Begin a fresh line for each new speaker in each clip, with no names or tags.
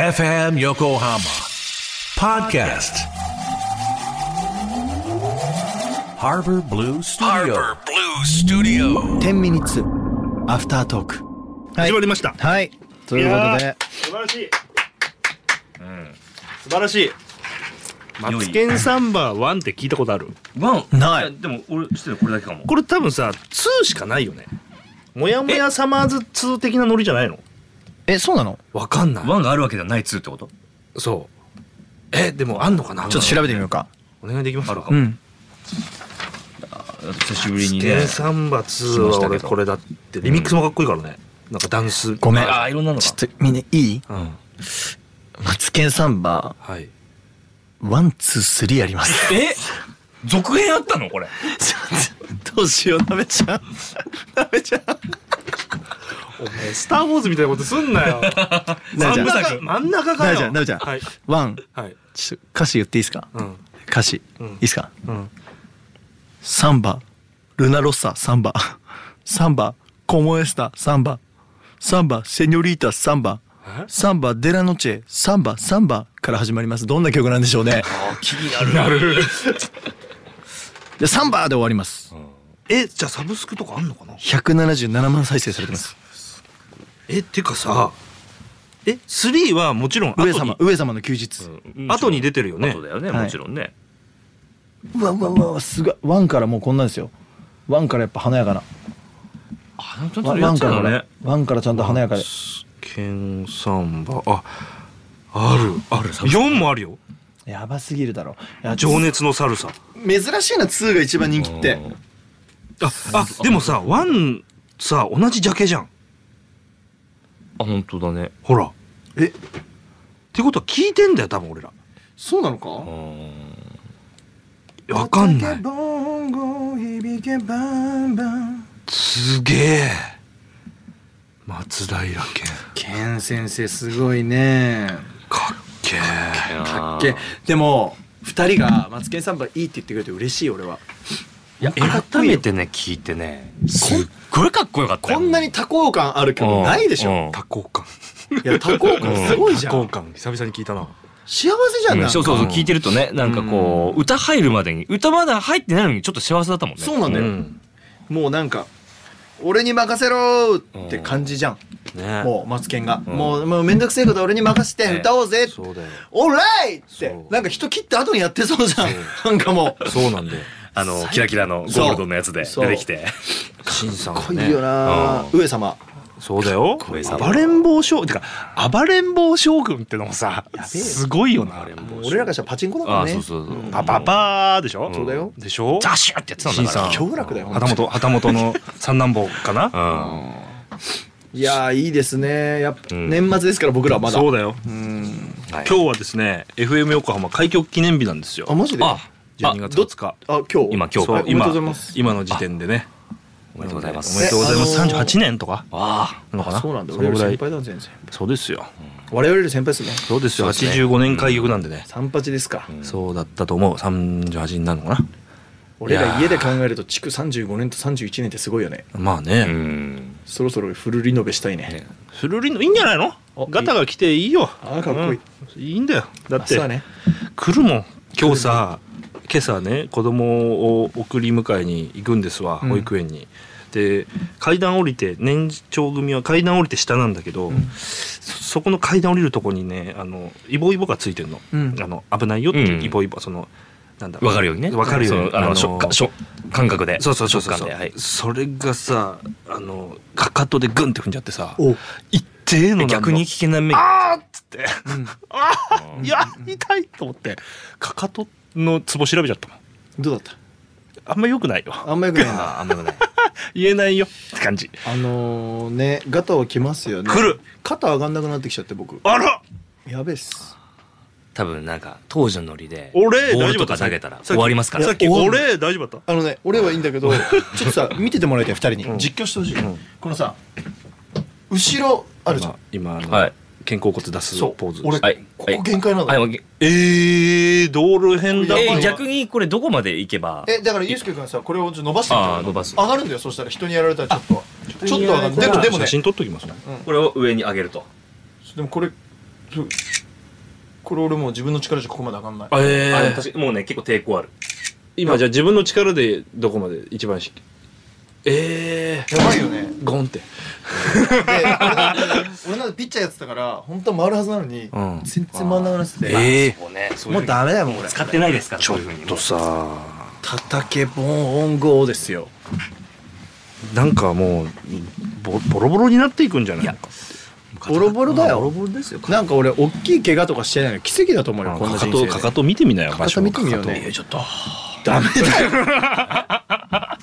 FM Yokohama Podcast Harbor Blue Studio
10ミニッツアフタートークはい
始まりました
はいということ
いや
で
素晴らしい、素晴らしいマツケンサンバー1って聞いたことある
ワン
ない
やでも俺知ってるこれだけかも
これ多分さ2しかないよねもやもやサマーズ2的なノリじゃないの
えそうなの
わかんない
ワンがあるわけではない2ってこと
そうえでもあんのかな
ちょっと調べてみようか
お願いできます
あるか
う
も、
ん
久しぶり
マ
に
ツケ
ね
ンサンバ2は俺これだってリミックスもかっこいいからね、なんかダンス
ごめん
ああいろんなのが
ちょっとみんないい
うん
マツケンサンバ
はい
ーワンツースリーあります
え続編あったのこれ
ちょっとどうしようなべちゃんなべちゃん
お前スター・ウォーズみたいなことすん なよ
なべち
真
ゃ
ん
んな
中真ん中か
べ
よ
ちゃんなべちゃん
はい
ワン
はい
ちょっと歌詞言っていいですか
うん
歌詞い
うん
いですか
うん
サンバルナロッササンバ サンバコモエスタサンバサンバセニョリータサンバ
え
サンバデラノチェサンバサンバから始まりますどんな曲なんでしょうね
気になるなる
でサンバで終わります
えじゃあサブスクとかあんのかな
177万再生されてます
えってかさえ3はもちろん後に
上様上様の休日
後に出てるよね
そうだよね
はい
もちろんね、
うわうわうわうわすごいワンからもうこんなんですよワンからやっぱ華やかな
あなんと
ワ
な
ン
くやってた
ワンから
の
これ
ね
ワンからちゃんと華やかで
ケンサンバああるある4もあるよ
やばすぎるだろいや
情熱のサルサ
珍しいな2が一番人気って
ああでもさ1さ同じジャケじゃん
あ本当だね
ほらっ
え
てことは聞いてんだよ多分俺ら
そうなのか
うん
わかんない
ボンゴ響けバンバン
すげえ松平健
ケン先生すごいね
かっけえ
かっけでも二人が「マツケンサンバいい」って言ってくれて嬉しい俺はい
や
かっこ
改
いいよ
めてね聞いてねすっごいかっこよかったよ
こんなに多幸感ある曲ないでし
うん
ょ
うん
多幸感
いや多幸感すごいじゃ
多幸
ん
感久々に聞いたな
幸せじゃんなん
そう
か
そうそう聞いてるとねなんかこう歌入るまでに歌まだ入ってないのにちょっと幸せだったもんね
そうなんだ
う
よ
ん
もうなんか「俺に任せろ!」って感じじゃん
ね
もうマツケンが
ん
もうもうめんどくせえことは俺に任せて
ね
歌おうぜ
そうだよ
オーライって
そう
なんか人切った後にやってそうじゃんなんかもう
そうなんだよ
あのキラキラのゴールドのやつで
そう
出てきて
新さん
か
が
っこい
ね
いよな、上様
そうだよ
こいいさ
暴れん坊将てか暴れん坊将軍ってのもさ
べえよ
すごいよな
もう俺らからしたらパチンコだも
あ
ん
あ
ね
そうそうそう
パパパーでしょ
んそうだよ
でしょ
ザシュってやってたんだから
新さ
凶楽だよ
旗本旗本の三男坊か な
うん
いやーいいですねやっ
う
ぱ
ん
年末ですから僕らはまだ、
そうだよ
はい
今日はですね FM 横浜開局記念日なんです
あ
よ
マジであ
あ
12月20日
今日
今今日
そう
あ
おめで
今
とうございます
今の時点でね
おめでとうございま
おめですとうございます
えあのー
38年とか
あ
なのかな
そうなんだ
その
俺ら
ぐ
よ
ら
り
い
先輩だ全然
そうですよ
我々より先輩ですね
そうですよ
そうですね
85年開局なんでね
三八ですか、
そうだったと思う38になるのか
俺
いや
ら
ー
家で考えると築35年と31年ってすごいよね
なまあ
あう
ね
ん
そろそろフルリノベしたいね
ね
フルリンのいいんじゃないの
お
ガタが来ていいよ
あーかっこいい
うんいいんだよだ
あ
っ
そう
て
だね
来るもん今日さ今朝ね子供を送り迎えに行くんですわ
うん
保育園に、で階段降りて年長組は階段降りて下なんだけど、
ん
そそこの階段降りるとこにねあのイボイボがついてるの,、
うん
あの危ないよって、
うん
イボイボそのなんだ
わかるようにね
わかるように
そのあの食感食感覚で
そうそうそう
食感
そうそう、
ではい
それがさあのかかとでグンって踏んじゃってさ
おう
一定のなんの
逆に危険な目に
あーっつって
ん
あーいや痛いと思ってかかとのツボ調べちゃったもん
どうだった
あんま良くないよ
あんまよくないな
ああんまりない
言えないよって感じ
あのー、ねガタは来ますよね
来る
肩上がんなくなってきちゃって僕
あら
やべっす
多分なんか当時のノリで
俺
ボー
大
ル
丈夫
とか
だった
投げたら
さっき
終わりますから
さっき
いや終わる
俺大丈夫だっ
あのね俺はいいんだけどちょっとさ見ててもらいたい2人に、
うん
実況してほしい、
うん
このさ後ろあるじゃん
た今今、
はい
肩甲骨出す
そう
ポーズ
俺
はい
ここ限界なの
はいはいもう
えー、道路変だ
いや
え
いや
逆にこれどこまで行けば
えだからゆうすけくんさこれをちょっと伸ばしてみて
あー伸ばす
上がるんだよそしたら人にやられたらちょっとはちょっと上がるで
で
も
も
で
で
も
も
ね
写真撮っときますね
これを上に上げると
でもこれそうこれ俺もう自分の力じゃここまで上がんない
あえ
あでも
ー
確かにもうね結構抵抗ある
今じゃあ自分の力でどこまで一番しええ
やばいよね
ー、ゴンって
で俺俺なんてピッチャーやってたから本当は回るはずなのに、
ん
全然回んなくなってて、
ええねそういうふう
もう
に
ダメだよもう俺
使ってないですからそういうふうに
とさ
叩けボンオンゴーですよ
なんかもうボボロボロになっていくんじゃない
いや
ボロボロだよ
ボロボロですよか
なんか俺大きい怪我とかしてないの奇跡だと思うよ
か
こんな人
か
生
と
で
かかと見てみなよ
かかと見てみようね
場所のかかと
ちょっとダメだよ
か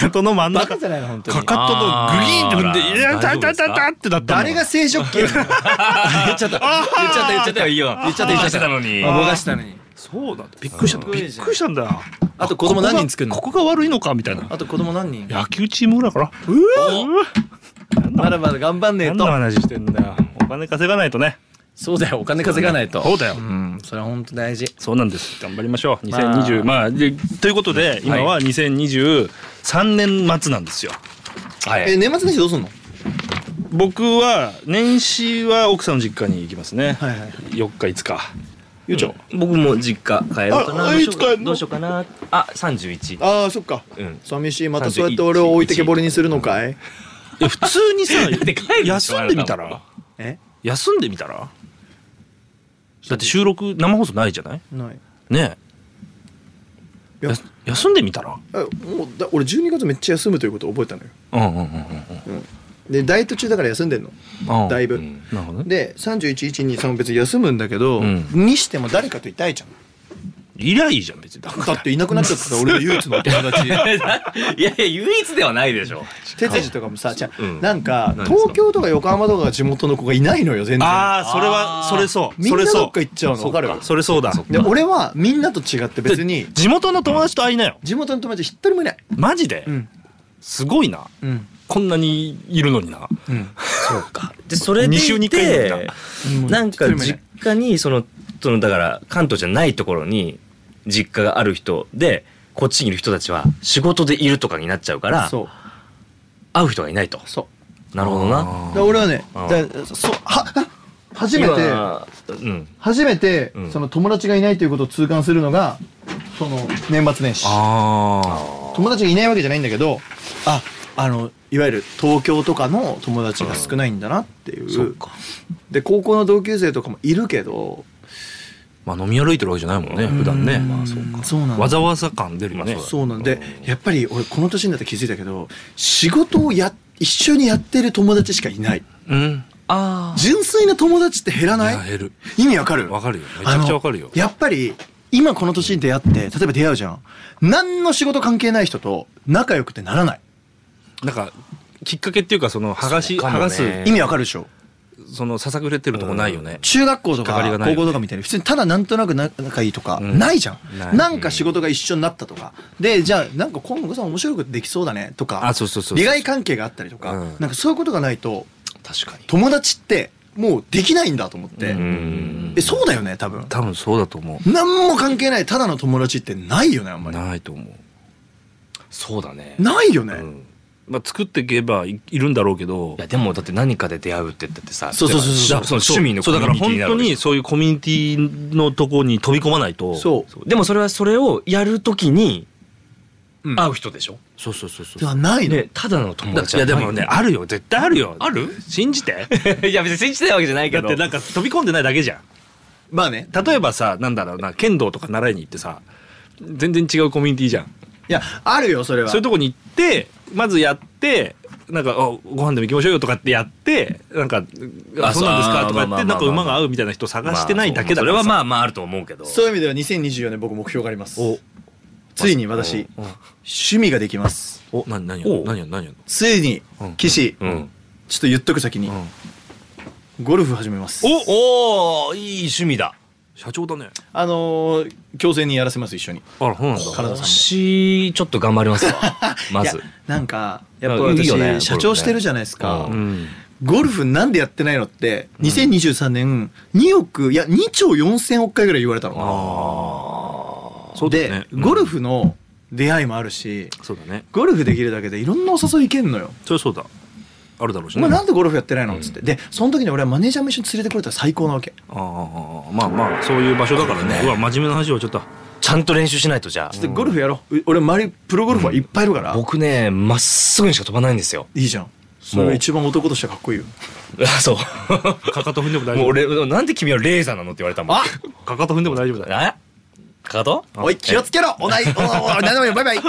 かとの真ん
バ
中
カじゃないの本当
か
に
かとのグギーンって踏ん
あー
で「いや
大
た
丈夫
た
ですか
たた」ってなったの
誰が正 直言っちゃった言っちゃった言っちゃった
いいよ言っちゃった言っちゃったのに
あぼかしたのに
そうだびっくりした
すごいじゃん
びっくりしたんだよ
あと子供何人作るの
ここがここが悪いのかみたいな
あと子供何人
野球チームぐらいかなうわ
まだまだ頑張んねえ
何の
と
話してんだよお金稼がないとね
そうだよお金稼がないと
そうだよ
うんそれは本当大事
そうなんです頑張りましょう
まあ
2020まあでということで今は2023年末なんですよ
はい
え年末年始どうすんの
僕は年始は奥さんの実家に行きますね
はいはい
4日5日
ゆうちょ
僕も実家帰ろうか
あ
な
あ
どうし
いつ帰
よ
ん
う
の
どうしようかなあ31
ああそっか
うん
寂しいまたそうやって俺を置いてけぼりにするのかい
いや普通にさ
で帰るでしょ
休んでみた
あなた
ら
も
え
休んでみたらだって収録生放送ないじゃない
ない
ねえ
いや
や休んでみたら
あもうだ俺12月めっちゃ休むということを覚えたのよ
うんうんうん
でダイエット中だから休んでんの
うんうん
だいぶ、
うん
なるほどね
で31123別に休むんだけど、
うん
にしても誰かといたいじゃん
いりゃいいじゃん別にだから
だっていなくなっちゃったから俺の唯一のお友達
いやいや唯一ではないでしょ
哲司とかもさじゃあ、
うん
なんか
何ですか
東京とか横浜とかが地元の子がいないのよ全然
ああそれはそれそう
みん
そ
な
れ
ど
そ
っか行っちゃうの分かる
うそれそうだ
で俺はみんなと違って別に
で地元の友達と会いなよ
地元の友達一人もいない
マジで、
ん
すごいな
うん
こんなにいるのにな
うん
そうかでそれで
二週
い
に一回
て
なんだ
なんか
一人もいない
実家にそのそのだから関東じゃないところに実家がある人でこっちにいる人たちは仕事でいるとかになっちゃうから
そう
会う人がいないと
そ
なるほどな
うだ俺はね
あ
だそうは初めて
今うん
初めて、
うん
その友達がいないということを痛感するのがその年末年始
あ
友達がいないわけじゃないんだけどああのいわゆる東京とかの友達が少ないんだなっていう、で高校の同級生とかもいるけど
まあ飲み歩いてるわけじゃないもんね普段ね
うん
まあそうか
そうなんだ
わざわざ感出るよね、
そうなんでやっぱり俺この年になって気づいたけど仕事をや一緒にやってる友達しかいない
うん
あ
純粋な友達って減らない
や減る
意味わかる
わかるよめちゃくちゃわかるよ
あのやっぱり今この年に出会って例えば出会うじゃん何の仕事関係ない人と仲良くてならない
なんかきっかけっていうかその剥がし、
そうかも
剥
ね
がす
意味わかるでしょ
そのささくれてるとこないよね、
中学校と
引っかかり
か
がない
高校とかみたいに普通にただなんとなくな仲いいとか
うん
ないじゃ
なんい
なんか仕事が一緒になったとかでじゃあなんか今後さ面白いことできそうだねとか
あそうそうそう
利害関係があったりとか
うん
なんかそういうことがないと
確かに
友達ってもうできないんだと思って
うん
えそうだよね多分
多分そうだと思
何も関係ないただの友達ってないよねあん
う
まり
ないと思うそうだね
ないよね
うんまあ、作っていけばいいるんだろうけど
いやでもだって何かで出会うって言ったってさ
そうそうそ
だ
う
からの趣味の
そうだから
コミュニ
本
ティにな
当
るわけで
に
し
そういうコミュニティのとこに飛び込まないと
そう
ょでもそれはそれをやるときに
うん
会う人でしょ
そうそうそうそう
ではないの
でただの友
だ
達
いやでもねあるよ絶対あるよ
ある
信じて
いや別に信じてないわけじゃない
だ
け
っ
ど
てなんか飛び込んでないだけじゃん
まあね
例えばさなんだろうな剣道とか習いに行ってさ全然違うコミュニティじゃん
いやあるよそれは
そういうとこに行ってまずやってなんかあご飯でも行きましょうよとかってやってなんかあそうなんですかとか
ま
や
あま
っ
あ
てなんか馬が合うみたいな人探してないだけだ
そ
か
れ
ら
は
さ
まあまああると思うけど
そういう意味では2024年僕目標があります
お
ついに私趣味ができます
お何何や
お
何や何や
ついに
うん
岸
うん
ちょっと言っとく先に
ん
ゴルフ始めます
おおーいい趣味だ
社長だね
あのー強制にやらせます一緒に
あらそうなんだ
体さんも
腰ちょっと頑張りますわま
い
ず
やなんかやっぱ
いやいい
私
よね
社長してるじゃないです
ゴル
か
フね
うん
ゴルフなんでやってないのって2023年2億いや2兆4000億回ぐらい言われたの
そうだ
で
ね
ゴルフの出会いもあるし
そうだね
ゴルフできるだけでいろんなお誘い行けんのよ
それそうだあるだろうし
お
ね。
前なん
あ
でゴルフやってないの?」っつってでその時に俺はマネージャーも一緒に連れてこれたら最高なわけ
あまあまあそういう場所だからね。うわ真面目な話をちょっと。
ちゃんと練習しないとじゃ
でゴルフやろうう俺周りプロゴルファーいっぱいいるから、
あ僕ねまっすぐにしか飛ばないんですよ
いいじゃんそれが一番男としてかっこいいよ
あそう
かかと踏んでも大
も
丈
う俺なんで君はレーザーなのって言われたもんあ
夫。かかと踏んでも大丈夫だ。
えかかと
おい気をつけろおないおおおい何でもいいよバイバイ